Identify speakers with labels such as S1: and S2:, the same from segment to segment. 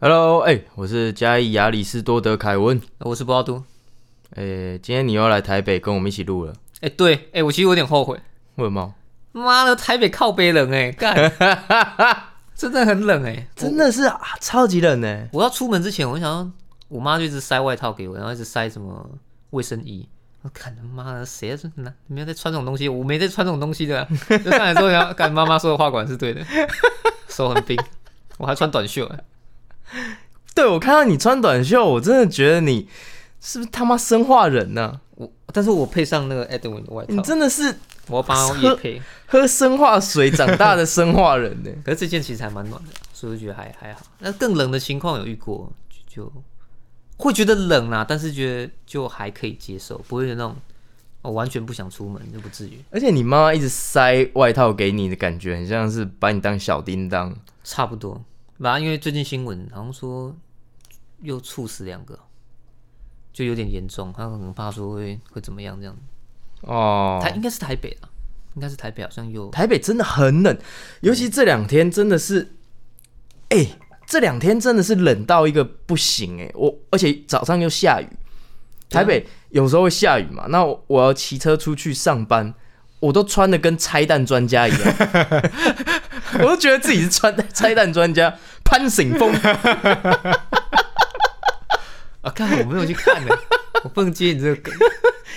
S1: Hello，哎、我是嘉义亚里士多德凯文。
S2: 我是不阿都。
S1: 哎、今天你又要来台北跟我们一起录了，
S2: 哎、对，哎、我其实有点后悔。
S1: 为什么？
S2: 妈的，台北靠北冷哎、干， 真的很冷哎、
S1: 真的是、啊、超级冷呢。
S2: 我要出门之前，我就想要我妈就一直塞外套给我，然后一直塞什么卫生衣。我看他妈的，谁在那没有在穿这种东西？我没在穿这种东西的啊、 就上来之后，然后干妈妈说的话管是对的，手很冰， 我还穿短袖、哎
S1: 对，我看到你穿短袖，我真的觉得你是不是他妈生化人呢、
S2: 我但是我配上那个 Edwin 的外
S1: 你
S2: 套，
S1: 真的是
S2: 我要帮他也配。
S1: 喝生化水长大的生化人 呢。
S2: 可是这件其实还蛮暖的，所以我就觉得还还好。那更冷的情况有遇过，就就会觉得冷啦，但是觉得就还可以接受，不会有那种我、哦完全不想出门，就不至于。
S1: 而且你妈妈一直塞外套给你的感觉，很像是把你当小叮当。
S2: 差不多吧，因为最近新闻好像说又猝死两个，就有点严重，他可能怕说会会怎么样这样。
S1: 哦，
S2: 台应该是台北啊，应该是台北好像又
S1: 台北真的很冷，尤其这两天真的是，哎、这两天真的是冷到一个不行哎、我而且早上又下雨，台北有时候会下雨嘛，那我我要骑车出去上班，我都穿的跟拆弹专家一样，我都觉得自己是穿拆弹专家潘醒峰，
S2: 啊，看我没有去看呢、我不能接你这个梗。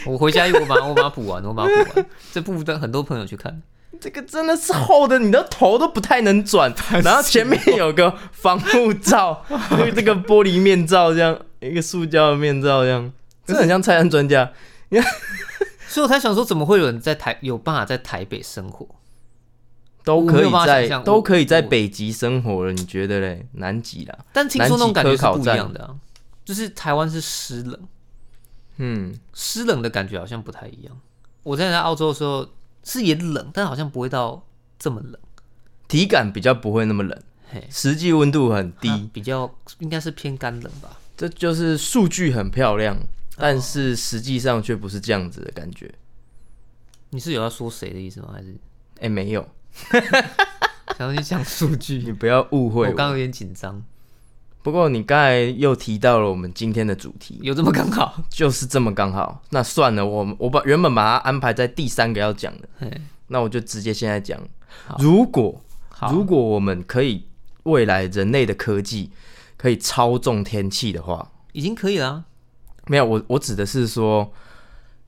S2: 我回家我把我把它补完，我把它补完。这部分很多朋友去看，
S1: 这个真的是厚的，你的头都不太能转，然后前面有个防护罩，就是这个玻璃面罩这样，一个塑胶的面罩这样，真的很像拆弹专家。
S2: 所以我才想说，怎么会有人在台有办法在台北生活？
S1: 都
S2: 我
S1: 可
S2: 没有
S1: 以
S2: 办法
S1: 在
S2: 想象我
S1: 都可以在
S2: 我
S1: 北极生活了，你觉得嘞？南极啦，
S2: 但听说那种感觉是
S1: 南极科考
S2: 不一
S1: 站
S2: 样的、啊，就是台湾是湿冷，
S1: 嗯，
S2: 湿冷的感觉好像不太一样。我之前在澳洲的时候是也冷，但好像不会到这么冷，
S1: 体感比较不会那么冷
S2: 嘿，啊
S1: 实际温度很低，
S2: 它比较应该是偏干冷吧。
S1: 这就是数据很漂亮，
S2: 哦
S1: 但是实际上却不是这样子的感觉。
S2: 你是有要说谁的意思吗？还是
S1: 哎、没有，
S2: 想要去讲数
S1: 你
S2: 据？
S1: 不要误
S2: 我
S1: 会
S2: 刚刚
S1: 我。
S2: 有点紧张，
S1: 不过你刚才又提到了我们今天的主题，
S2: 有这么刚好？
S1: 就是这么刚好。那算了，我我把原本把它安排在第三个要讲的，
S2: 嘿
S1: 那我就直接现在讲
S2: 好。
S1: 如果
S2: 好，
S1: 如果我们可以未来人类的科技可以操纵天气的话，
S2: 已经可以了、啊。
S1: 没有我我指的是说，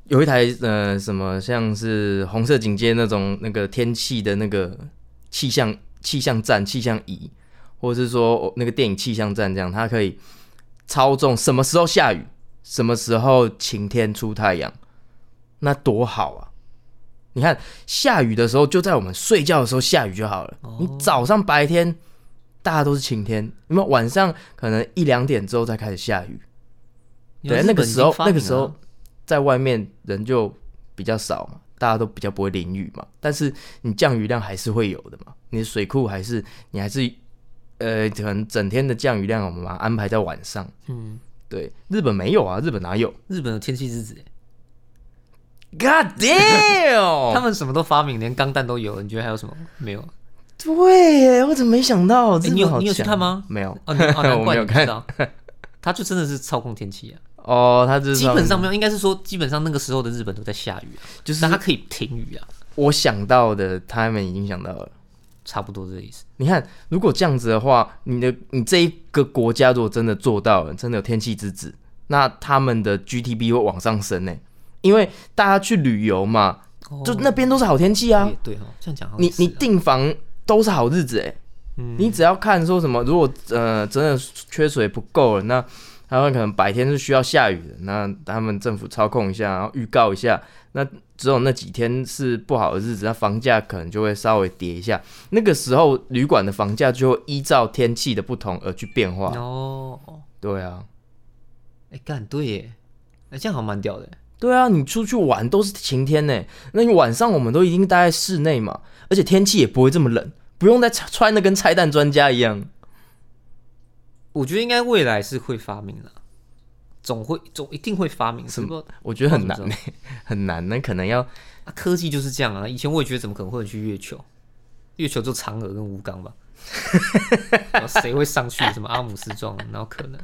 S1: 有一台呃什么像是红色警戒那种那个天气的那个气象气象站气象仪，或者是说那个电影气象站这样，它可以操纵什么时候下雨，什么时候晴天出太阳，那多好啊！你看下雨的时候就在我们睡觉的时候下雨就好了，你早上白天。大家都是晴天，那么晚上可能一两点之后才开始下雨，对，
S2: 日
S1: 那个
S2: 本已
S1: 时
S2: 经
S1: 候
S2: 发
S1: 那个
S2: 明
S1: 时
S2: 了啊
S1: 候在外面人就比较少嘛，大家都比较不会淋雨嘛，但是你降雨量还是会有的嘛，你的水库还是你还是呃，可能整天的降雨量我们把它安排在晚上。
S2: 嗯，
S1: 对，日本没有啊，日本哪有
S2: 日本有天气日子欸耶，
S1: ？God damn！
S2: 他们什么都发明，连钢弹都有，你觉得还有什么没有？
S1: 对耶，我怎么没想到？日
S2: 你
S1: 本
S2: 有
S1: 好
S2: 你有去
S1: 强啊
S2: 看吗
S1: 没有。
S2: 哦，你 哦难
S1: 我没
S2: 怪
S1: 有
S2: 你不知道，他就真的是操控天气啊。
S1: 哦，他就是
S2: 基
S1: 他
S2: 本
S1: 们
S2: 上没有，应该是说基本上那个时候的日本都在下雨、啊，
S1: 就是
S2: 但它可以停雨啊，
S1: 我想到的，他们已经想到了。
S2: 差不多这个意思。
S1: 你看，如果这样子的话，你的你这一个国家如果真的做到了，真的有天气之子，那他们的 GDP 会往上升呢，因为大家去旅游嘛，就那边都是好天气哦啊
S2: 也，对哦，这样讲好像
S1: 你你
S2: 是啊嗯
S1: 订房都是好日子哎，你只要看说什么，如果呃真的缺水不够了，那他们可能白天是需要下雨的，那他们政府操控一下，然后预告一下，那只有那几天是不好的日子，那房价可能就会稍微跌一下。那个时候旅馆的房价就会依照天气的不同而去变化。
S2: 哦，
S1: 对啊，
S2: 哎干对耶，哎这样好像蛮屌的耶，
S1: 对啊，你出去玩都是晴天呢，那你晚上我们都一定待在室内嘛，而且天气也不会这么冷，不用再穿的跟拆弹专家一样。
S2: 我觉得应该未来是会发明的，总会总一定会发明，什么
S1: 我觉得很
S2: 不知
S1: 难
S2: 道、
S1: 很难，那可能要
S2: 啊？科技就是这样啊！以前我也觉得怎么可能会有人去月球，月球就嫦娥跟吴 刚吧，然后谁会上去？什么阿姆斯壮？然后可能，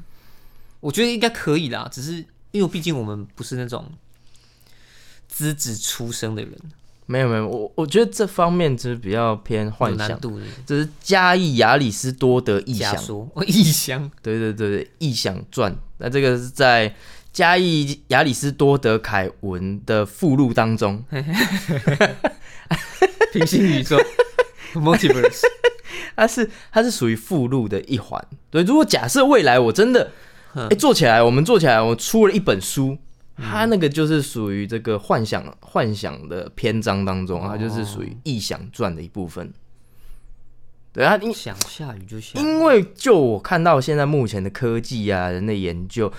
S2: 我觉得应该可以啦，只是因为毕竟我们不是那种资质出生的人，
S1: 没有没有，我我觉得这方面就是比较偏幻
S2: 有难
S1: 想，
S2: 度的
S1: 这是加意亚里士多德臆
S2: 假
S1: 想，
S2: 说， 哦，异乡
S1: 对对对对，《异想传》。那这个是在加意亚里士多德凯文的附录当中，
S2: 平行 宇宙 multiverse，
S1: 它是它是属于附录的一环。对，如果假设未来我真的哎、诶做起来，我们做起来，我出了一本书，它那个就是属于这个幻想幻想的篇章当中，它就是属于《异想传》的一部分。对啊，它因
S2: 想下雨就下雨，
S1: 因为就我看到现在目前的科技啊，人类研究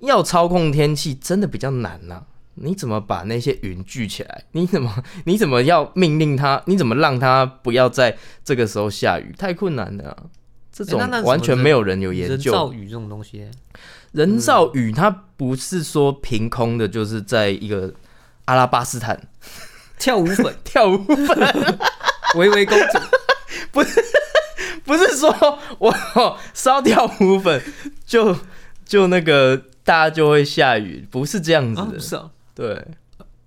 S1: 要操控天气真的比较难呐、你怎么把那些云聚起来？你怎么 你怎么要命令它？你怎么让它不要在这个时候下雨？太困难了啊、这种
S2: 诶那那
S1: 完全
S2: 什么人
S1: 没有人有研
S2: 人
S1: 究。
S2: 造嗯雨这种东西，
S1: 人造雨它不是说凭空的，就是在一个阿拉巴斯坦
S2: 跳舞粉，
S1: 跳舞，
S2: 维维公主，
S1: 不是说我 烧掉五粉就就那个大家就会下雨，不是这样子
S2: 啊，
S1: 的。
S2: 不是啊，
S1: 对，
S2: 啊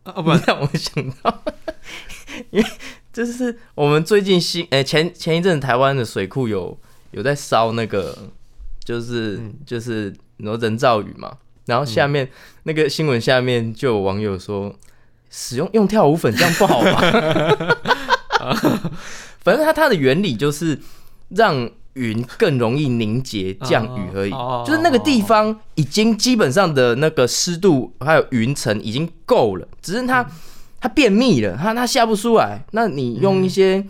S2: 啊不
S1: 不
S2: 然，
S1: 让我想到， 因为就是我们最近新诶、前前一阵台湾的水库有有在烧那个，就是、
S2: 嗯
S1: 就是你说人造雨嘛，然后下面、那个新闻下面就有网友说，使用用跳舞粉这样不好吧？ 反正它它的原理就是让。云更容易凝结降雨而已，
S2: 哦
S1: 就是那个地方已经基本上的那个湿度还有云层已经够了，只是它它便秘了，它它下不出来。那你用一些、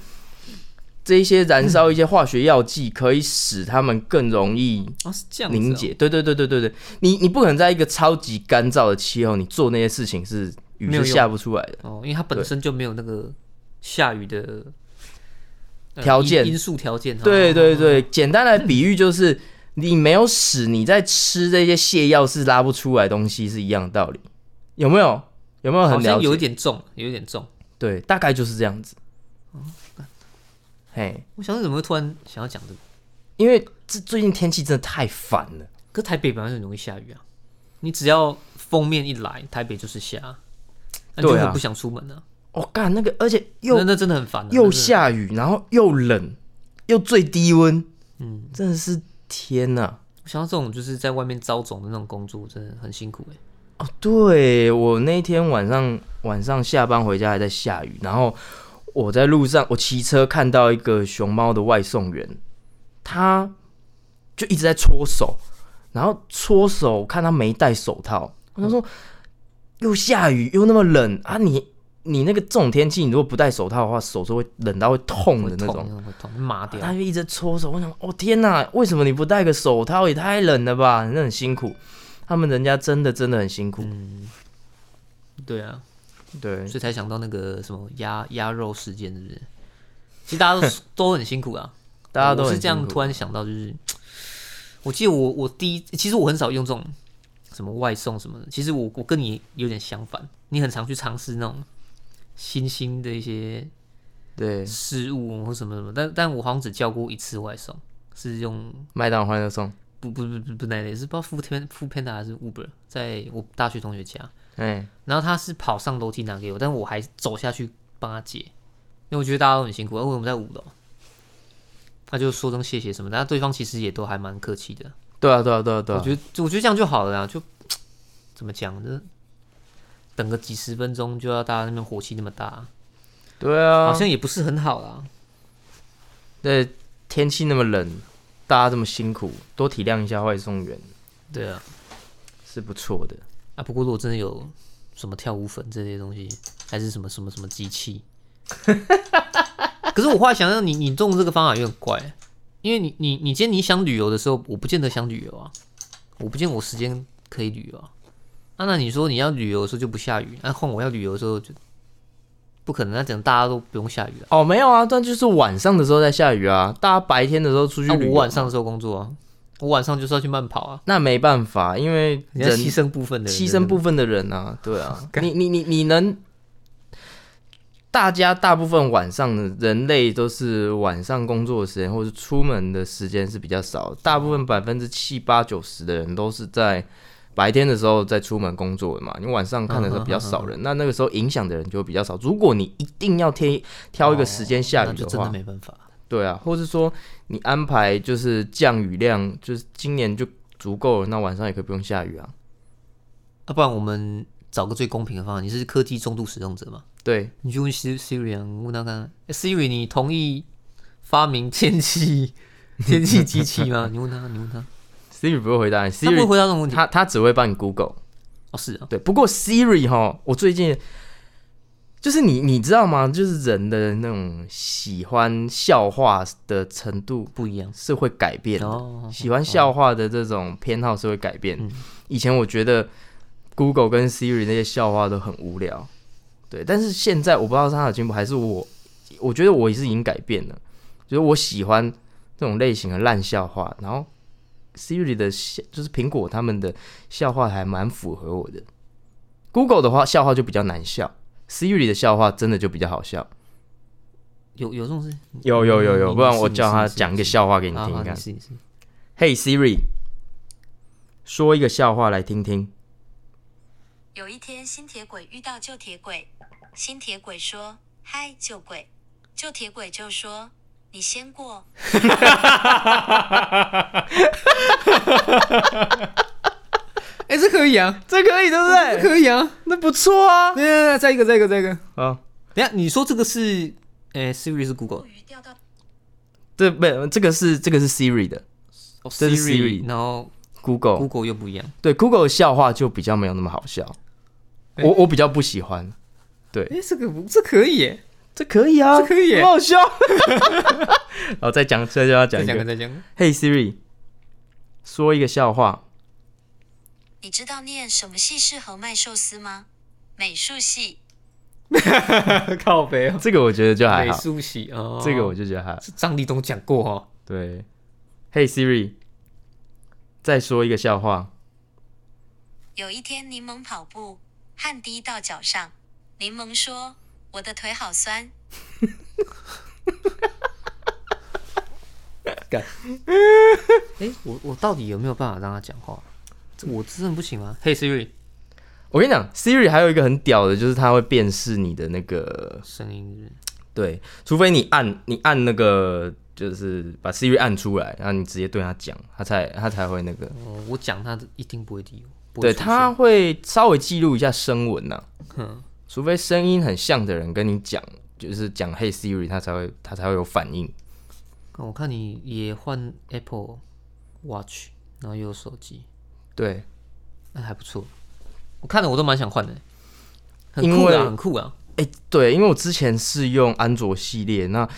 S1: 这一些燃烧一些化学药剂，可以使它们更容易
S2: 哦是这样子啊
S1: 凝结。对对对对对对，你你不可能在一个超级干燥的气候，你做那些事情是雨
S2: 没有
S1: 是
S2: 用
S1: 下不出来的。
S2: 哦，因为它本身就没有那个下雨的呃
S1: 条件
S2: 因因素条件。
S1: 对
S2: 哦
S1: 对对，简单来比喻就是，你没有屎，你在吃这些泻药是拉不出来东西是一样的道理，有没有？有没有
S2: 好
S1: 很了
S2: 像有一
S1: 解？
S2: 点重，有一点重。
S1: 对，大概就是这样子。
S2: 哦
S1: 嘿，
S2: 我想说怎么会突然想要讲这个？
S1: 因为这最近天气真的太烦了。
S2: 可是台北本来就很容易下雨啊，你只要封面一来，台北就是下，那你就
S1: 对啊
S2: 很不想出门了、啊。
S1: 我、哦干那个，而且
S2: 那
S1: 又
S2: 那真的很烦、啊，
S1: 又
S2: 那真的
S1: 下雨，然后又冷，又最低温，嗯，真的是天呐、
S2: 我想到这种就是在外面招总的那种工作，真的很辛苦哎、
S1: 哦，对我那天晚上晚上下班回家还在下雨，然后我在路上我骑车看到一个熊猫的外送员，他就一直在搓手，然后搓手看他没戴手套，我想说、又下雨又那么冷啊你。你那个这种天气，你如果不戴手套的话，手是会冷到会痛
S2: 会
S1: 嗯的那
S2: 痛
S1: 种。哎
S2: 那会痛，麻掉。
S1: 他就一直搓手，我想，哦天哪，为什么你不戴个手套？也太冷了吧，那很辛苦。他们人家真的真的很辛苦，
S2: 对啊，
S1: 对
S2: 所以才想到那个什么鸭鸭肉事件，是不是？其实大家都 都很辛苦啊，
S1: 大家都
S2: 我
S1: 很
S2: 是这样
S1: 辛苦
S2: 突然想到，就是我记得我我第一，其实我很少用这种什么外送什么的。其实我我跟你有点相反，你很常去尝试那种新兴的一些
S1: 对
S2: 事物或什么什么，但但我好像只叫过一次外送，是用
S1: 麦当劳欢乐颂，
S2: 不不不不不那类，是不知道富天富 panda 还是 Uber，在我大学同学家，
S1: 哎，
S2: 然后他是跑上楼梯拿给我，但我还走下去帮他接，因为我觉得大家都很辛苦，哎而我们在五楼，他就说声谢谢什么的，但对方其实也都还蛮客气的，
S1: 对啊对啊对啊对
S2: 我
S1: 啊，
S2: 觉得我觉得这样就好了啦，啊就怎么讲呢？等个几十分钟就要大家那边火气那么大，
S1: 对
S2: 好
S1: 啊，
S2: 像也不是很好啦。
S1: 对天气那么冷，大家这么辛苦，多体谅一下外送员
S2: 对啊，
S1: 是不错的。
S2: 啊，不过如果真的有什么跳舞粉这些东西，还是什么什么什么机器，可是我后来想想，你你用这个方法有点怪，因为你你你今天你想旅游的时候，我不见得想旅游啊，我不见我时间可以旅游啊。啊，那你说你要旅游的时候就不下雨，那、换我要旅游的时候就不可能，那等大家都不用下雨啊了。
S1: 哦，没有啊，但就是晚上的时候在下雨啊，大家白天的时候出去
S2: 那、
S1: 旅游
S2: 我晚上的时候工作啊，我晚上就是要去慢跑啊，
S1: 那没办法，因为
S2: 你要
S1: 人
S2: 牺牲部分的人，
S1: 牺牲部分的人啊，对 啊，你你你你能，大家大部分晚上的人类都是晚上工作的时间，或是出门的时间是比较少，大部
S2: 嗯
S1: 分百分之七八九十的人都是在白天的时候在出门工作的嘛，你晚上看的时候比较少
S2: 嗯
S1: 人，那那个时候影响的人就会比较少。如果你一定要挑挑一个时间下
S2: 哦那
S1: 雨
S2: 就
S1: 的
S2: 真
S1: 话，
S2: 的没办法。
S1: 对啊，或是说你安排就是降雨量，就是今年就足够了，那晚上也可以不用下雨啊。
S2: 要、啊不然我们找个最公平的方法，你是科技重度使用者嘛？
S1: 对，
S2: 你就问 Siri Siri 啊问他看、欸 Siri，你同意发明天 气天气机器吗？你问他，你问他，
S1: Siri 不会回答你
S2: 他不会
S1: ，Siri
S2: 回答这种问题。
S1: 他他只会帮你 Google。
S2: 哦，是啊，
S1: 对，不过 Siri 哈，我最近就是你你知道吗？就是人的那种喜欢笑话的程度
S2: 不一样。
S1: 是会改变的，
S2: 哦，
S1: 喜欢笑话的这种偏好是会改变的。
S2: 嗯
S1: 以前我觉得 Google 跟 Siri 那些笑话都很无聊，对，但是现在我不知道是它的进步还是我，我觉得我也是已经改变了，就是我喜欢这种类型的烂笑话，然后 Siri 的笑就是苹果他们的笑话还蛮符合我的，Google 的话笑话就比较难笑，Siri 的笑话真的就比较好笑。
S2: 有有这种事？
S1: 有有有有，
S2: 嗯
S1: 不然我
S2: 是
S1: 叫
S2: 是
S1: 他
S2: 是
S1: 讲一个笑话给你
S2: 好
S1: 听
S2: 啊好，
S1: 一
S2: 你
S1: 看。
S2: 试你试。
S1: Hey Siri，说一个笑话来听听。
S3: 有一天，新铁轨遇到旧铁轨，新铁轨说：“嗨，旧轨。”旧铁轨就说：“你先过。
S2: 哎、这可以啊，
S1: 这可以对不
S2: 这？可以啊。
S1: 那不错啊。
S2: 对对对，再一个，再一个，再一个。
S1: 啊，
S2: 等一下，你说这个是，哎、s i r i 是”
S3: 捕
S2: Google，
S3: 鱼钓到
S1: 这不这个是这个是 Siri 的
S2: 哦
S1: 这是 Siri 哦
S2: 然后
S1: Google，,
S2: Google 又不一样。
S1: 对 Google 的笑话就比较没有那么好笑，
S2: 哎
S1: 我我比较不喜欢。
S2: 哎、这个不这可以耶，
S1: 这可以啊，
S2: 这可以耶
S1: 很好 笑。然后再讲，再就要讲
S2: 再
S1: 一
S2: 讲个，
S1: 个。
S2: 再讲个。
S1: Hey Siri，说一个笑话。
S3: 你知道念什么系适合卖寿司吗？美术系。
S2: 靠北哦，
S1: 这个我觉得就还
S2: 美
S1: 哎好，
S2: 术系哦，
S1: 这个我就觉得还好。
S2: 是张立东讲过哦。
S1: 对，Hey Siri，再说一个笑话。
S3: 有一天，柠檬跑步，汗滴到脚上。柠檬说：“我的腿好酸。
S2: 哎、我我到底有没有办法让他讲话？这我真的不行啊！嘿、Siri，
S1: 我跟你讲，Siri 还有一个很屌的，就是它会辨识你的那个
S2: 声音是
S1: 对，除非你按你按那个，就是把 Siri 按出来，然后你直接对它讲，它才它才会那个。
S2: 不是哦，我讲他一定不会低哦，不会
S1: 对，
S2: 出
S1: 它会稍微记录一下声纹呐、
S2: 现嗯
S1: 除非声音很像的人跟你讲，就是讲 Hey Siri，它才会它才会有反应。
S2: 看我看你也换 Apple Watch，然后又有手机，
S1: 对，
S2: 那、还不错。我看了我都蛮想换的，很
S1: 因
S2: 酷
S1: 为
S2: 啊，很酷啊！
S1: 哎、对，因为我之前是用安卓系列，那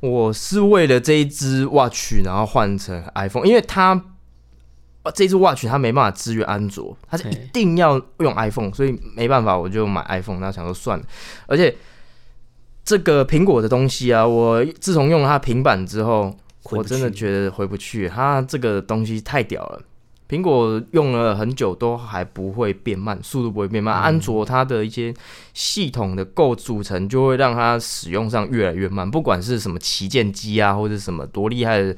S1: 我是为了这一只 Watch，然后换成 iPhone，因为它呃这只 Watch 它没办法支援安卓，它是一
S2: 对
S1: 定要用 iPhone，所以没办法，我就买 iPhone。那想说算了，而且这个苹果的东西啊，我自从用了它平板之后，
S2: 回
S1: 我
S2: 不去
S1: 真的觉得回不去，它这个东西太屌了。苹果用了很久都还不会变慢，速度不会变
S2: 嗯
S1: 慢。安卓它的一些系统的构组成就会让它使用上越来越慢，不管是什么旗舰机啊，或者什么多厉害的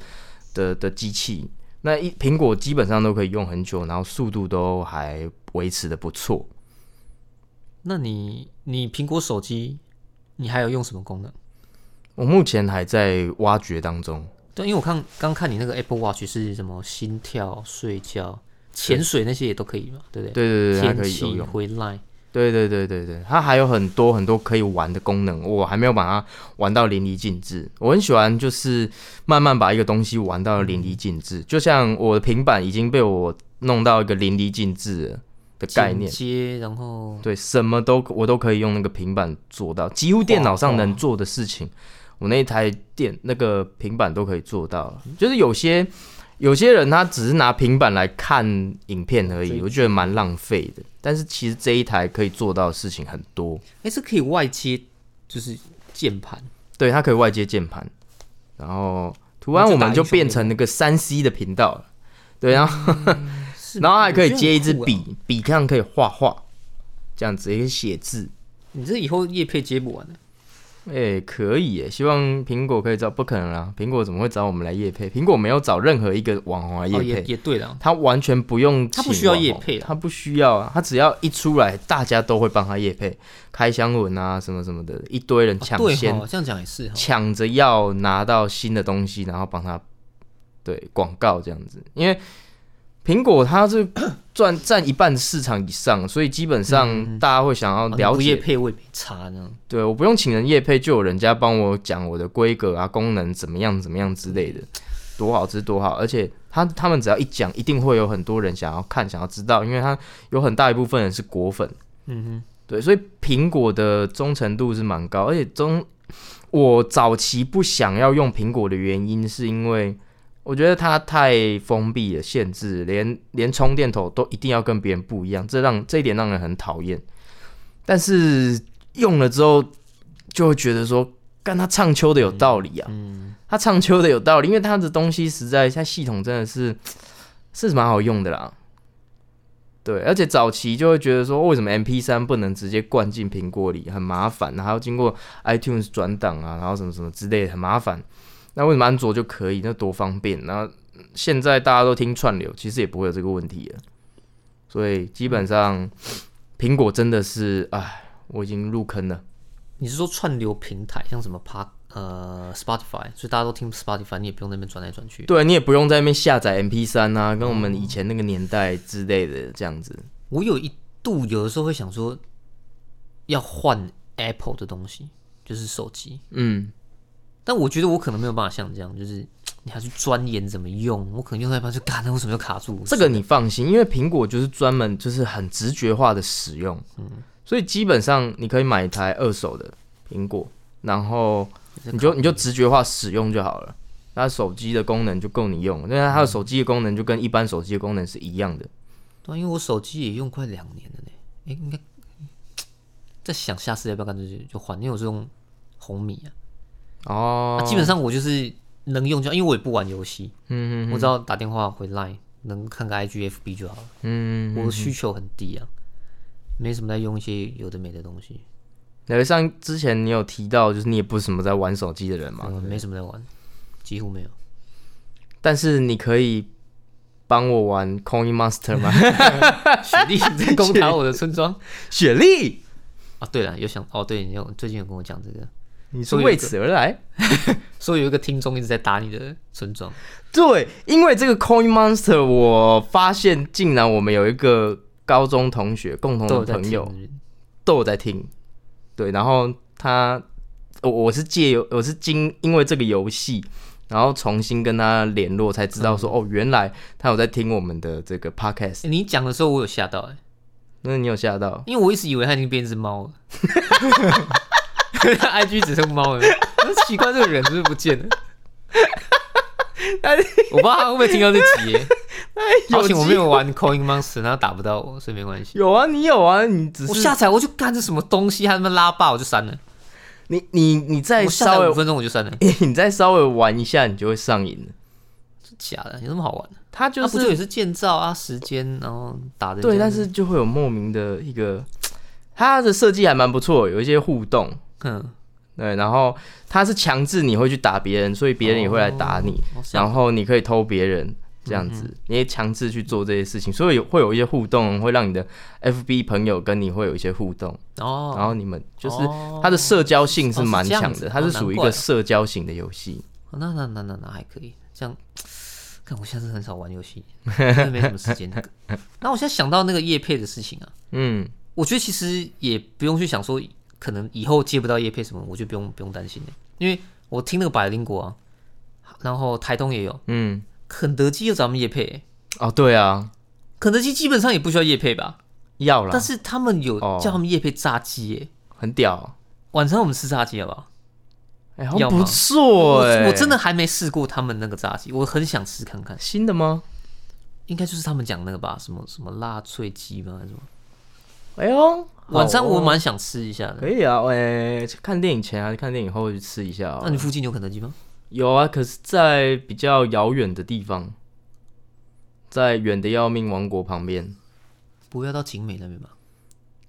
S1: 的的机器，那一苹果基本上都可以用很久，然后速度都还维持的不错。
S2: 那你你苹果手机，你还有用什么功能？
S1: 我目前还在挖掘当中，
S2: 对，因为我看刚看你那个 Apple Watch 是什么心跳、睡觉、潜水那些也都可以嘛，对不
S1: 对
S2: 对？
S1: 对对，它
S2: 天
S1: 可以有
S2: 气
S1: 用，
S2: 回来，
S1: 对对对对对，它还有很多很多可以玩的功能，我还没有把它玩到淋漓尽致。我很喜欢就是慢慢把一个东西玩到淋漓尽致，就像我的平板已经被我弄到一个淋漓尽致了的概
S2: 剪
S1: 念，
S2: 接，然后
S1: 对，什么都我都可以用那个平板做到，几乎电脑上能做的事情，我那一台电那个平板都可以做到了。就是有些有些人他只是拿平板来看影片而已，我觉得蛮浪费的。但是其实这一台可以做到的事情很多，
S2: 哎，这可以外接，就是键盘，
S1: 对，它可以外接键盘，然后图案我们就变成那个三 C 的频道了。对，然后
S2: 是
S1: 然后还可以接一支。
S2: 嗯我觉得很酷啊
S1: 笔，笔上可以画画，这样子也可以写字。
S2: 啊你这以后叶配接不完的，
S1: 哎、可以耶！希望苹果可以找，不可能啦，苹果怎么会找我们来夜配？苹果没有找任何一个网红来夜
S2: 哦，也
S1: 啊配，
S2: 也对了，
S1: 他完全不用请网红，
S2: 他不需要业配啦
S1: 他不需要啊，他只要一出来，大家都会帮他夜配，开箱文啊什么什么的，一堆人抢
S2: 啊哦对
S1: 先
S2: 哈，这样讲也是哈，
S1: 抢着要拿到新的东西，然后帮他对广告这样子，因为苹果它是赚 占一半市场以上，所以基本上大家会想要
S2: 啊你
S1: 了
S2: 不业
S1: 解。
S2: 配我也没差呢。
S1: 对，我不用请人业配，就有人家帮我讲我的规格啊、功能怎么样、怎么样之类的，多好吃多好。而且他他们只要一讲，一定会有很多人想要看、想要知道，因为他有很大一部分人是果粉。
S2: 嗯哼，
S1: 对，所以苹果的忠诚度是蛮高，而且中我早期不想要用苹果的原因，是因为我觉得它太封闭了，限制连连充电头都一定要跟别人不一样，这让这一点让人很讨厌。但是用了之后，就会觉得说，干他唱秋的有道理啊，他唱秋的有道理，因为他的东西实在，它系统真的是是蛮好用的啦。对，而且早期就会觉得说，为什么 MP 3不能直接灌进苹果里，很麻烦，然后要经过 iTunes 转档啊，然后什么什么之类的，很麻烦。那为什么安卓就可以？那多方便！然后嗯现在大家都听串流，其实也不会有这个问题了。所以基本上，苹果真的是，唉，我已经入坑了。
S2: 你是说串流平台像什么 Park 呃 Spotify，所以大家都听 Spotify，你也不用那边转来转去。
S1: 对你也不用在那边下载 MP 3啊，跟我们以前那个年代之类的这样子。
S2: 我有一度有的时候会想说，要换 Apple 的东西，就是手机。
S1: 嗯，
S2: 但我觉得我可能没有办法像这样，就是你还去钻研怎么用，我可能用到一半就嘎，那为什么就卡住？
S1: 这个你放心，因为苹果就是专门就是很直觉化的使用，所以基本上你可以买一台二手的苹果，然后你就你就直觉化使用就好了。那手机的功能就够你用，因为它的手机的功能就跟一般手机的功能是一样的。
S2: 对啊，因为我手机也用快两年了呢，哎、应该在想下次要不要干脆就就换，因为我是用红米啊，
S1: 哦
S2: 啊，基本上我就是能用就好，因为我也不玩游戏，
S1: 嗯嗯
S2: 我只要打电话回 Line 能看个 IGFB 就好了，
S1: 嗯，
S2: 我的需求很低啊，没什么在用一些有的没的东西，
S1: 那像之前你有提到，就是你也不是什么在玩手机的人嘛，
S2: 嗯，没什么在玩，几乎没 有。
S1: 但是你可以帮我玩 Coin Master 吗？
S2: 雪莉你在攻打我的村庄
S1: 雪莉，
S2: 啊！对了，有想哦，对你有最近有跟我讲这个，
S1: 你是
S2: 说有一
S1: 为
S2: 个
S1: 此而来？
S2: 说有一个听众一直在打你的村庄，
S1: 对，因为这个 Coin Monster，我发现竟然我们有一个高中同学共同
S2: 都有
S1: 的
S2: 在
S1: 嗯朋
S2: 听
S1: 友都有在听，对，然后他，我我是借由我是经因为这个游戏，然后重新跟他联络，才知道说、哦，原来他有在听我们的这个 podcast，
S2: 诶你讲的时候我有吓到哎、诶
S1: 那你有吓到？
S2: 因为我一直以为它已经变一只猫了 ，IG 只剩猫了，我说奇怪这个人是不是不见了？ 我不知道他会不会听到这集、欸，
S1: 哎
S2: 好险我没有玩 Coin Monster，然后打不到我，所以没关系。
S1: 有啊，你有啊，你只
S2: 我
S1: 是
S2: 下载我就干这什么东西，他他妈拉霸我就删了，
S1: 你你你再
S2: 我下
S1: 稍
S2: 载五
S1: 微
S2: 分钟我就删了，
S1: 你再稍微玩一下，你就会上瘾了。
S2: 假的，有什么好玩的？
S1: 他就
S2: 那不就是也是建造啊，时间，然后打的。
S1: 对，但是就会有莫名的一个，它的设计还蛮不错，有一些互动。
S2: 嗯，
S1: 对，然后它是强制你会去打别人，所以别人也会来打你，
S2: 我想
S1: 然后你可以偷别人这样
S2: 嗯
S1: 子，你也强制去做这些事情，所以有会有一些互动，会让你的 FB 朋友跟你会有一些互动，
S2: 哦，
S1: 然后你们就是
S2: 哦
S1: 它的社交性是
S2: 哦是
S1: 蛮
S2: 这样
S1: 强
S2: 子
S1: 的，
S2: 哦
S1: 它是属于一
S2: 难怪
S1: 个
S2: 啊
S1: 社交型的游戏。
S2: 那那那那那还可以，这样。看我现在是很少玩 游戏，真的没什么时间。那我现在想到那个叶配的事情啊，
S1: 嗯，
S2: 我觉得其实也不用去想说可能以后接不到叶配什么，我就不用不用担心了，因为我听那个百灵果啊，然后台东也有，
S1: 嗯，
S2: 肯德基有咱们叶配欸、
S1: 哦，对啊，
S2: 肯德基基本上也不需要叶配吧，
S1: 要啦
S2: 但，是他们有
S1: 哦
S2: 叫他们叶配炸鸡、欸，
S1: 很屌，
S2: 晚上我们吃炸鸡好不好？
S1: 哎，好
S2: 要
S1: 不
S2: 吗
S1: 错哎、
S2: 我我真的还没试过他们那个炸鸡，我很想吃看看。
S1: 新的吗？
S2: 应该就是他们讲那个吧，什么什么辣脆鸡吗？还是什么？
S1: 哎呦，
S2: 晚上
S1: 好哦
S2: 我蛮想吃一下的。
S1: 可以啊，哎、看电影前还是看电影后去吃一下、哦。
S2: 那你附近有肯德基吗？
S1: 有啊，可是在比较遥远的地方，在远的要命王国旁边，
S2: 不会要到景美那边吧？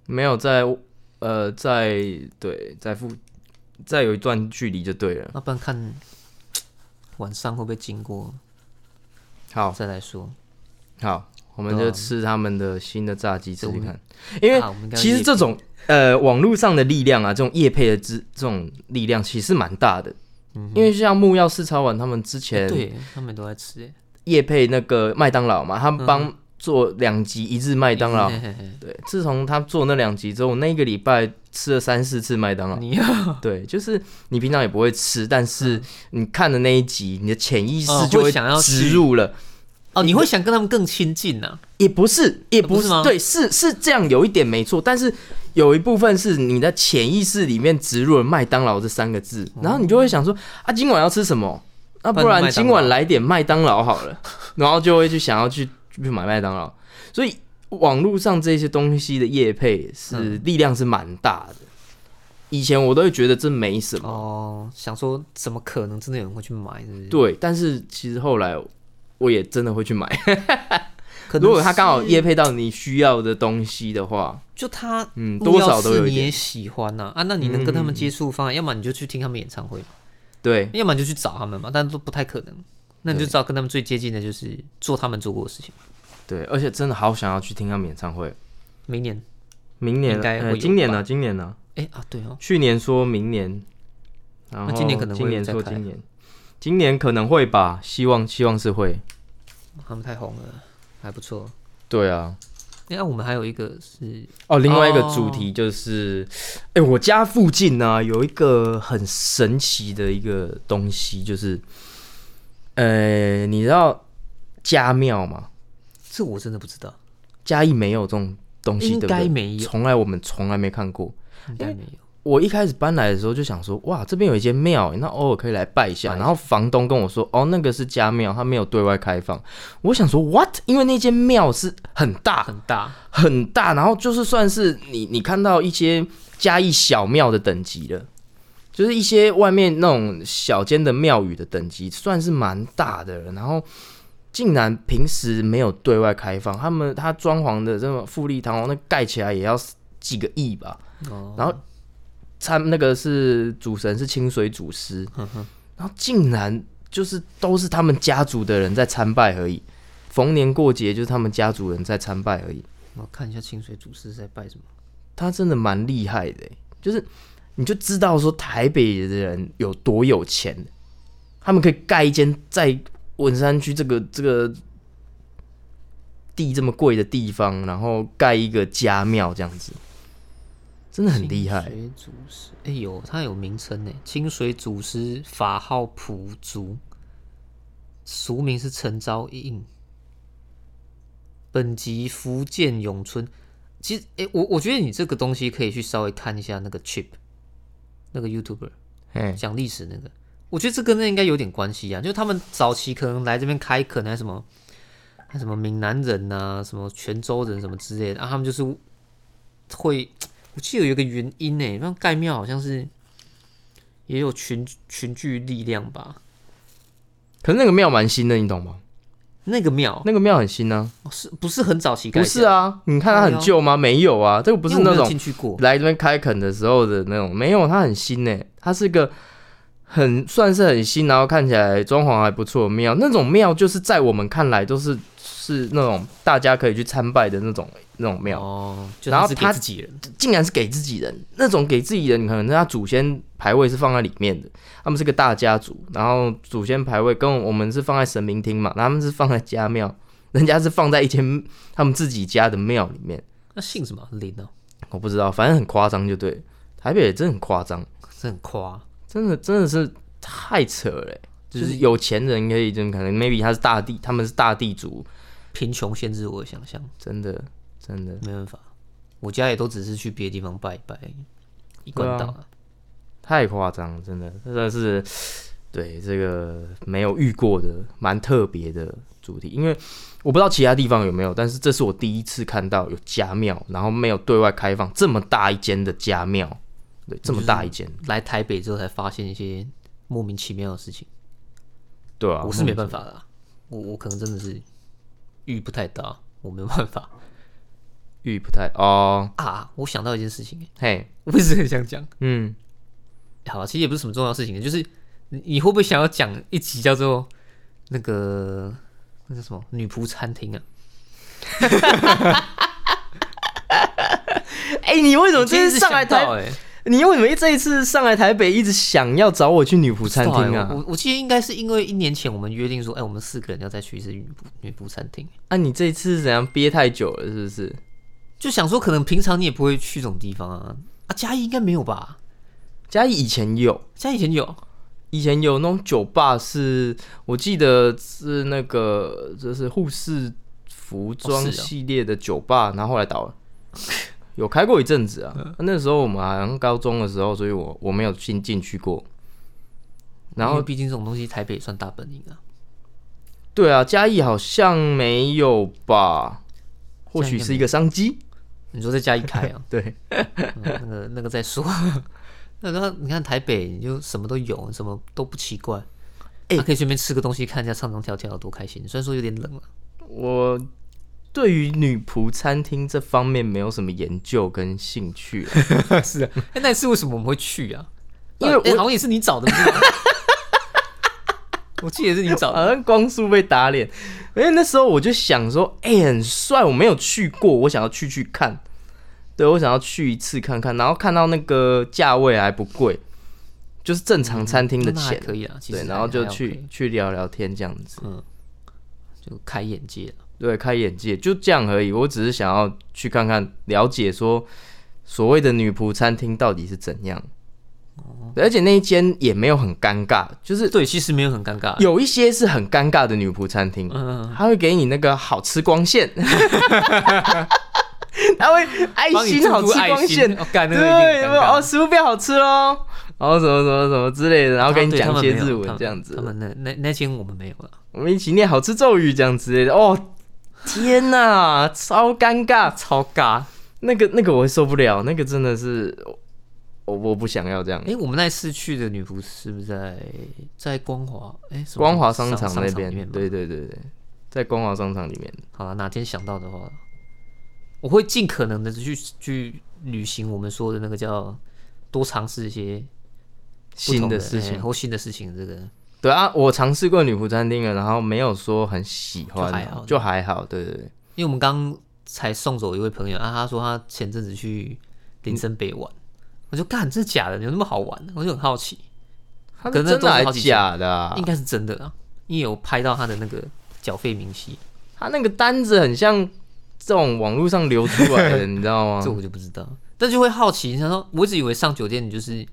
S1: 没有在呃在对在附再有一段距离就对了。
S2: 那不然看晚上会不会经过，
S1: 好
S2: 再来说。
S1: 好，我们
S2: 对啊
S1: 就吃他们的新的炸鸡试试看，因
S2: 因
S1: 为
S2: 啊、我们应该
S1: 其实
S2: 也
S1: 这种呃网络上的力量啊，这种业配的之这种力量其实蛮大的，因为像木曜四超碗他们之前
S2: 嗯哎对他们都在吃欸
S1: 业配那个麦当劳嘛，他
S2: 嗯
S1: 们帮做两集一日麦当劳
S2: 嘿。嘿嘿
S1: 对，自从他做那两集之后，我那一个礼拜吃了三四次麦当劳。
S2: 你要
S1: 对，就是你平常也不会吃，但是你看的那一集，你的潜意识
S2: 哦
S1: 就
S2: 嗯会想要吃
S1: 植入了。
S2: 哦，你会想跟他们更亲近啊呐、
S1: 也不是，也
S2: 哦不
S1: 不
S2: 是
S1: 是，
S2: 吗
S1: 对，是是这样，有一点没错，但是有一部分是你的潜意识里面植入了麦当劳这三个字，
S2: 哦
S1: 然后你就会想说啊，今晚要吃什么？那、
S2: 不然
S1: 不然
S2: 麦当劳
S1: 今晚来点麦当劳好 了，然后就会去想要去去买麦当劳，所以网络上这些东西的业配是
S2: 嗯
S1: 力量是蛮大的。以前我都会觉得这没什么，
S2: 哦，想说怎么可能真的有人会去买，是不是？，
S1: 对，但是其实后来我也真的会去买，
S2: 可能
S1: 如果他刚好
S2: 是
S1: 业配到你需要的东西的话。
S2: 就他
S1: 嗯
S2: 木
S1: 多
S2: 曜
S1: 少都
S2: 四
S1: 有一
S2: 你
S1: 点嗯
S2: 也喜欢呐啊那你能跟他们接触方案，要么你就去听他们演唱会，
S1: 对，
S2: 要么你就去找他们嘛，但都不太可能。那你就知道跟他们最接近的就是做他们做过的事情。
S1: 对，而且真的好想要去听他们演唱会。
S2: 明年，
S1: 明年
S2: 应该
S1: 呃
S2: 会有
S1: 今年呢、
S2: 吧
S1: 今年呢、
S2: 哎、啊，对哦，
S1: 去年说明年，然后
S2: 那今年可能会
S1: 今年
S2: 再
S1: 说
S2: 开
S1: 今年，今年可能会吧，希望希望是会。
S2: 他们太红了，还不错。
S1: 对啊，
S2: 哎、啊我们还有一个是
S1: 哦，另外一个
S2: 哦
S1: 主题就是，哎、我家附近呢、有一个很神奇的一个东西，就是，呃，你知道家庙吗？
S2: 这我真的不知道，
S1: 嘉义没有这种东西，
S2: 应
S1: 对不
S2: 该
S1: 对
S2: 没有
S1: 从来我们从来没看过。
S2: 应该没有。
S1: 我一开始搬来的时候就想说，哇，这边有一间庙，那偶尔可以来拜一下。然后房东跟我说，哦，那个是家庙，它没有对外开放。我想说，what？因为那间庙是很大
S2: 很大，
S1: 很大，然后就是算是你你看到一些嘉义小庙的等级了，就是一些外面那种小间的庙宇的等级，算是蛮大的了。然后竟然平时没有对外开放，他们他装潢的这种富丽堂皇，那盖起来也要几个亿吧。
S2: 哦，
S1: 然后参那个是主神是清水祖师，然后竟然就是都是他们家族的人在参拜而已，逢年过节就是他们家族人在参拜而已。
S2: 我看一下清水祖师在拜什么。
S1: 他真的蛮厉害的欸，就是你就知道说台北的人有多有钱，他们可以盖一间在文山区这个这个地这么贵的地方，然后盖一个家庙这样子，真的很厉害
S2: 清。水祖师，哎、有它有名称呢。清水祖师法号普竹，俗名是陈昭应。本籍福建永春。其实，哎、我我觉得你这个东西可以去稍微看一下那个 Chip，那个 YouTuber
S1: 哎，
S2: 讲历史那个，我觉得这跟那应该有点关系啊。就他们早期可能来这边开垦啊，什么，还什么闽南人呐、什么泉州人什么之类的，啊，他们就是会，我记得有一个原因呢，让盖庙好像是也有群群聚力量吧。
S1: 可是那个庙蛮新的，你懂吗？
S2: 那个庙、
S1: 那个庙很新啊，
S2: 哦是不是很早期盖？哎
S1: 不是，啊？你看它很旧吗？没有啊，这个不是
S2: 因为我
S1: 那
S2: 没有
S1: 种
S2: 进去过。
S1: 来这边开垦的时候的那种，没有，它很新呢、它是个很算是很新，然后看起来装潢还不错的庙。那种庙就是在我们看来都是是那种大家可以去参拜的那种那种庙，
S2: 哦，就
S1: 然后
S2: 是给
S1: 他
S2: 自己人，
S1: 竟然是给自己人，那种给自己人，可能他祖先牌位是放在里面的，他们是个大家族，然后祖先牌位跟我们是放在神明厅嘛，他们是放在家庙，人家是放在一间他们自己家的庙里面，
S2: 那姓什么林哦，
S1: 我不知道，反正很夸张就对了，台北也真的很夸张，
S2: 这很夸，
S1: 真的真的是太扯了欸、就是有钱人可以，就可能 maybe 他是大地，他们是大地主，
S2: 贫穷限制我的想象。
S1: 真的真的
S2: 没办法，我家也都只是去别的地方拜一拜，一贯道、啊。
S1: 太夸张了，真的，真的是对这个没有遇过的蛮特别的主题，因为我不知道其他地方有没有，但是这是我第一次看到有家庙，然后没有对外开放这么大一间的家庙，对，这么大一间，
S2: 来台北之后才发现一些莫名其妙的事情，
S1: 对啊，
S2: 我是没办法的啊、我我可能真的是遇不太到，我没有办法
S1: 遇不太哦，
S2: 啊。我想到一件事情，
S1: 嘿，
S2: 我一直很想讲。
S1: 嗯，
S2: 好吧，其实也不是什么重要的事情，就是你你会不会想要讲一集叫做那个那叫什么女仆餐厅啊？
S1: 哎、你为什么这
S2: 今
S1: 次啊
S2: 天
S1: 上来台？
S2: 哎，
S1: 你为什么这一次上来台北一直想要找我去女仆餐厅
S2: 不知道欸
S1: 啊？
S2: 我我记得应该是因为一年前我们约定说，哎、我们四个人要再去一次女仆女仆餐厅，
S1: 啊，你这一次是怎样憋太久了，是不是？
S2: 就想说可能平常你也不会去这种地方啊。啊，嘉义应该没有吧？
S1: 嘉义以前有，
S2: 嘉义以前有，
S1: 以前有那种酒吧是，我记得是那个就是护士服装
S2: 哦是哦
S1: 系列的酒吧，然后后来 倒了，有开过一阵子啊。
S2: 嗯
S1: 那时候我们好像高中的时候，所以我我没有进进去过。然
S2: 然后
S1: 后
S2: 毕竟这种东西台北也算大本营啊。
S1: 对啊，嘉义好像没有吧？或许是一个商机。
S2: 你说在嘉义开 啊？
S1: 对，
S2: 嗯那个那个再说。 那那你看台北，你就什么都有，什么都不奇怪。哎、可以随便吃个东西，看一下唱唱跳跳，多开心！虽然说有点冷啊了，
S1: 我对于女仆餐厅这方面没有什么研究跟兴 趣啊、
S2: 是啊。 哎、那一次为什么我们会去啊？
S1: 因为
S2: 哎
S1: 我
S2: 好像也是你找的，不是吗 我记得是你找的。
S1: 好像光速被打脸。因为那时候我就想说，哎、很帅，我没有去过，我想要去去看。对，我想要去一次看看，然后看到那个价位还不贵，就是正常餐厅的
S2: 那还
S1: 钱，
S2: 可以啊，其实
S1: 对，
S2: 还
S1: 然后就
S2: 还
S1: 去
S2: OK，嗯
S1: 去聊聊天这样子，
S2: 就开眼界了。
S1: 对，开眼界，就这样而已。我只是想要去看看，了解说所谓的女仆餐厅到底是怎样。而且那一间也没有很尴尬，就是
S2: 哦对，其实没有很尴尬。
S1: 有一些是很尴尬的女仆餐厅，
S2: 嗯，
S1: 他会给你那个好吃光线， 他会爱
S2: 帮你
S1: 心好
S2: 注
S1: 吃
S2: 入爱
S1: 光线
S2: 心，，哦干那个一
S1: 对，有
S2: 定很
S1: 没有？
S2: 尴尬啊
S1: 哦，食物变好吃喽，然后什么什么什么之类的，然后跟你
S2: 对
S1: 讲
S2: 他
S1: 一
S2: 们
S1: 些
S2: 没
S1: 日
S2: 有他
S1: 文
S2: 们
S1: 这样子
S2: 他，们那那那间我们没有了。
S1: 我们一起念好吃咒语这样之类的。哦，天哪，超尴尬，超尬，那个那个我会受不了，那个真的是我我不想要这样
S2: 哎、。我们那一次去的女仆是不是在在光华？哎、什么
S1: 光华商
S2: 场
S1: 场那边
S2: 里面，吧
S1: 对对对对，在光华商场里面，
S2: 好了，哪天想到的话，我会尽可能的去去旅行。我们说的那个叫多尝试一些不
S1: 新
S2: 同
S1: 的
S2: 的
S1: 事
S2: 哎
S1: 情。
S2: 或新的事情。这个
S1: 对啊，我尝试过女仆餐厅了，然后没有说很喜欢，
S2: 就还好
S1: 就还好，对对对，
S2: 因为我们刚才送走一位朋友啊，他说他前阵子去林森北玩，我就干，真的假的？有那么好玩？我就很好奇，
S1: 它
S2: 可
S1: 是
S2: 能
S1: 真的
S2: 都
S1: 还
S2: 是好几
S1: 假的、啊
S2: 应？该是真的啊，因为有拍到他的那个缴费明细，
S1: 它那个单子很像这种网络上流出来 的，你知道吗
S2: 这？我就不知道，但就会好奇，想说，我一直以为上酒店你就是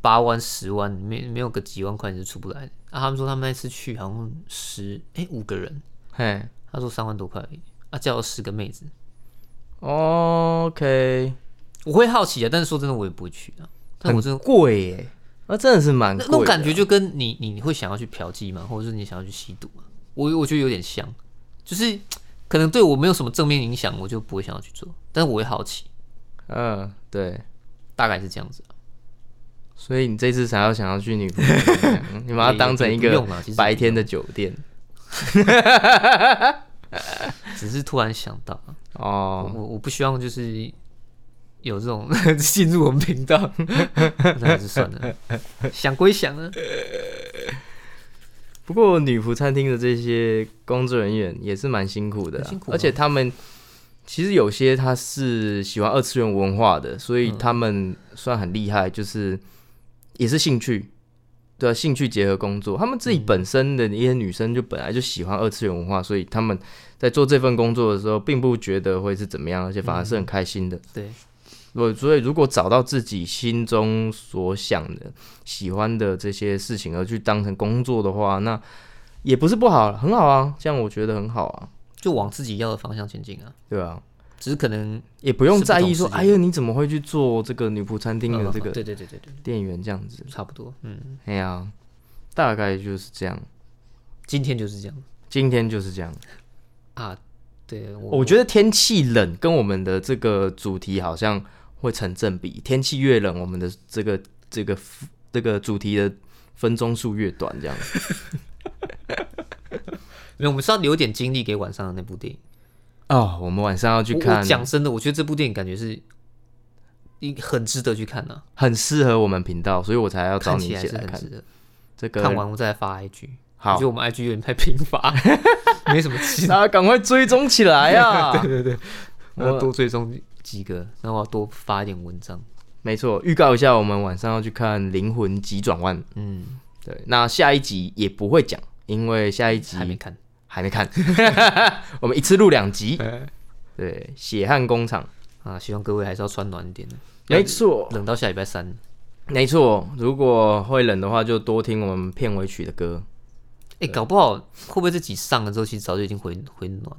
S2: 八万、十万，没没有个几万块你是出不来的。啊，他们说他们那次去好像十哎五个人，
S1: 嘿
S2: 他说三万多块而已，啊叫了十个妹子，
S1: ，OK，
S2: 我会好奇啊，但是说真的我也不会去啊，但我真
S1: 很
S2: 的
S1: 贵耶，那真的是蛮
S2: 那
S1: 贵
S2: 那
S1: 的，
S2: 种感觉就跟你你你会想要去嫖妓吗，或者是你想要去吸毒吗？我我觉得有点像，就是可能对我没有什么正面影响，我就不会想要去做，但是我会好奇，
S1: 嗯，对，
S2: 大概是这样子啊、
S1: 所以你这次才要想要去女仆 餐厅，你把它当成一
S2: 也也
S1: 个
S2: 不用啊其实也不用
S1: 白天的酒店
S2: 只是突然想到啊。
S1: 哦。
S2: 我我不希望就是有这种 进入我们频道， 那还是算了。想归想啊，
S1: 不过女仆餐厅的这些工作人员也是蛮辛苦的啊、
S2: 很辛苦啊
S1: 而且他们其实有些他是喜欢二次元文化的，所以他们算很厉害，就是也是兴趣，对、啊，兴趣结合工作。他们自己本身的一些女生就本来就喜欢二次元文化，所以他们在做这份工作的时候，并不觉得会是怎么样，而且反而是很开心的。
S2: 对，
S1: 我所以如果找到自己心中所想的、喜欢的这些事情，而去当成工作的话，那也不是不好，很好啊。这样我觉得很好啊，
S2: 就往自己要的方向前进啊。
S1: 对啊，
S2: 只是可能
S1: 也不用在意说，
S2: 是不同世界
S1: 哎呦，你怎么会去做这个女仆餐厅的
S2: 呃
S1: 这个
S2: 对对对对对，
S1: 店员这样子？
S2: 差不多。嗯，
S1: 哎呀、大概就是这样。
S2: 今天就是这样
S1: 今天就是这样。
S2: 啊。对，我
S1: 我觉得天气冷跟我们的这个主题好像会成正比，天气越冷，我们的这个这个这个主题的分钟数越短，这样。
S2: 没有，我们是要留点精力给晚上的那部电影。
S1: 哦，我们晚上要去
S2: 我
S1: 看
S2: 我，讲真的，我觉得这部电影感觉是一很值得去看呐、
S1: 很适合我们频道，所以我才要找
S2: 看
S1: 你
S2: 起
S1: 一
S2: 来
S1: 起
S2: 是
S1: 来
S2: 很
S1: 看
S2: 值得。
S1: 这个。
S2: 看完我再来发 IG，我
S1: 好
S2: 觉得，我们 IG 有点太贫乏， 没什么 气。
S1: 大家赶快追踪起来啊！
S2: 对对对，我
S1: 我
S2: 要多追踪几个，然后我要多发一点文章。
S1: 没错，预告一下，我们晚上要去看《灵魂急转弯》。
S2: 嗯，
S1: 对，那下一集也不会讲，因为下一集
S2: 还没看。
S1: 还没看， 我们一次录两集。对，《血汗工厂
S2: 啊，希望各位还是要穿暖一点的。》
S1: 没错，
S2: 冷到下礼拜三。
S1: 没错。如果会冷的话，就多听我们片尾曲的歌。
S2: 哎、搞不好会不会这集上了之后，其实早就已经回回暖了？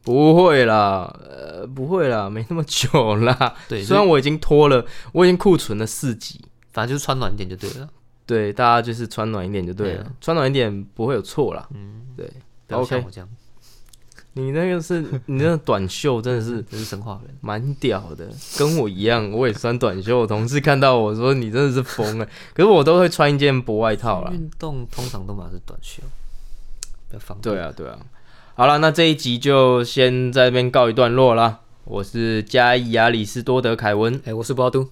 S1: 不会啦，呃，不会啦，没那么久啦。
S2: 对
S1: 虽然我已经拖了，我已经库存了四集。
S2: 反正就是穿暖一点就对了，
S1: 对，大家就是穿暖一点就对了，
S2: 对啊
S1: 穿暖一点不会有错啦。嗯，对。
S2: 不要像
S1: OK
S2: 我这样，
S1: 你那个是你那个短袖真的是
S2: 这是生化人。
S1: 蛮屌的，跟我一样，我也穿短袖。我同事看到我说你真的是疯了，可是我都会穿一件薄外套啦。
S2: 运动通常都嘛是短袖，不要放。
S1: 对，啊，对啊。好了，那这一集就先在这边告一段落啦。我是加伊亚里斯多德凯文，
S2: 哎、我是包都。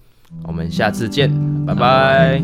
S1: 我们下次见，拜拜。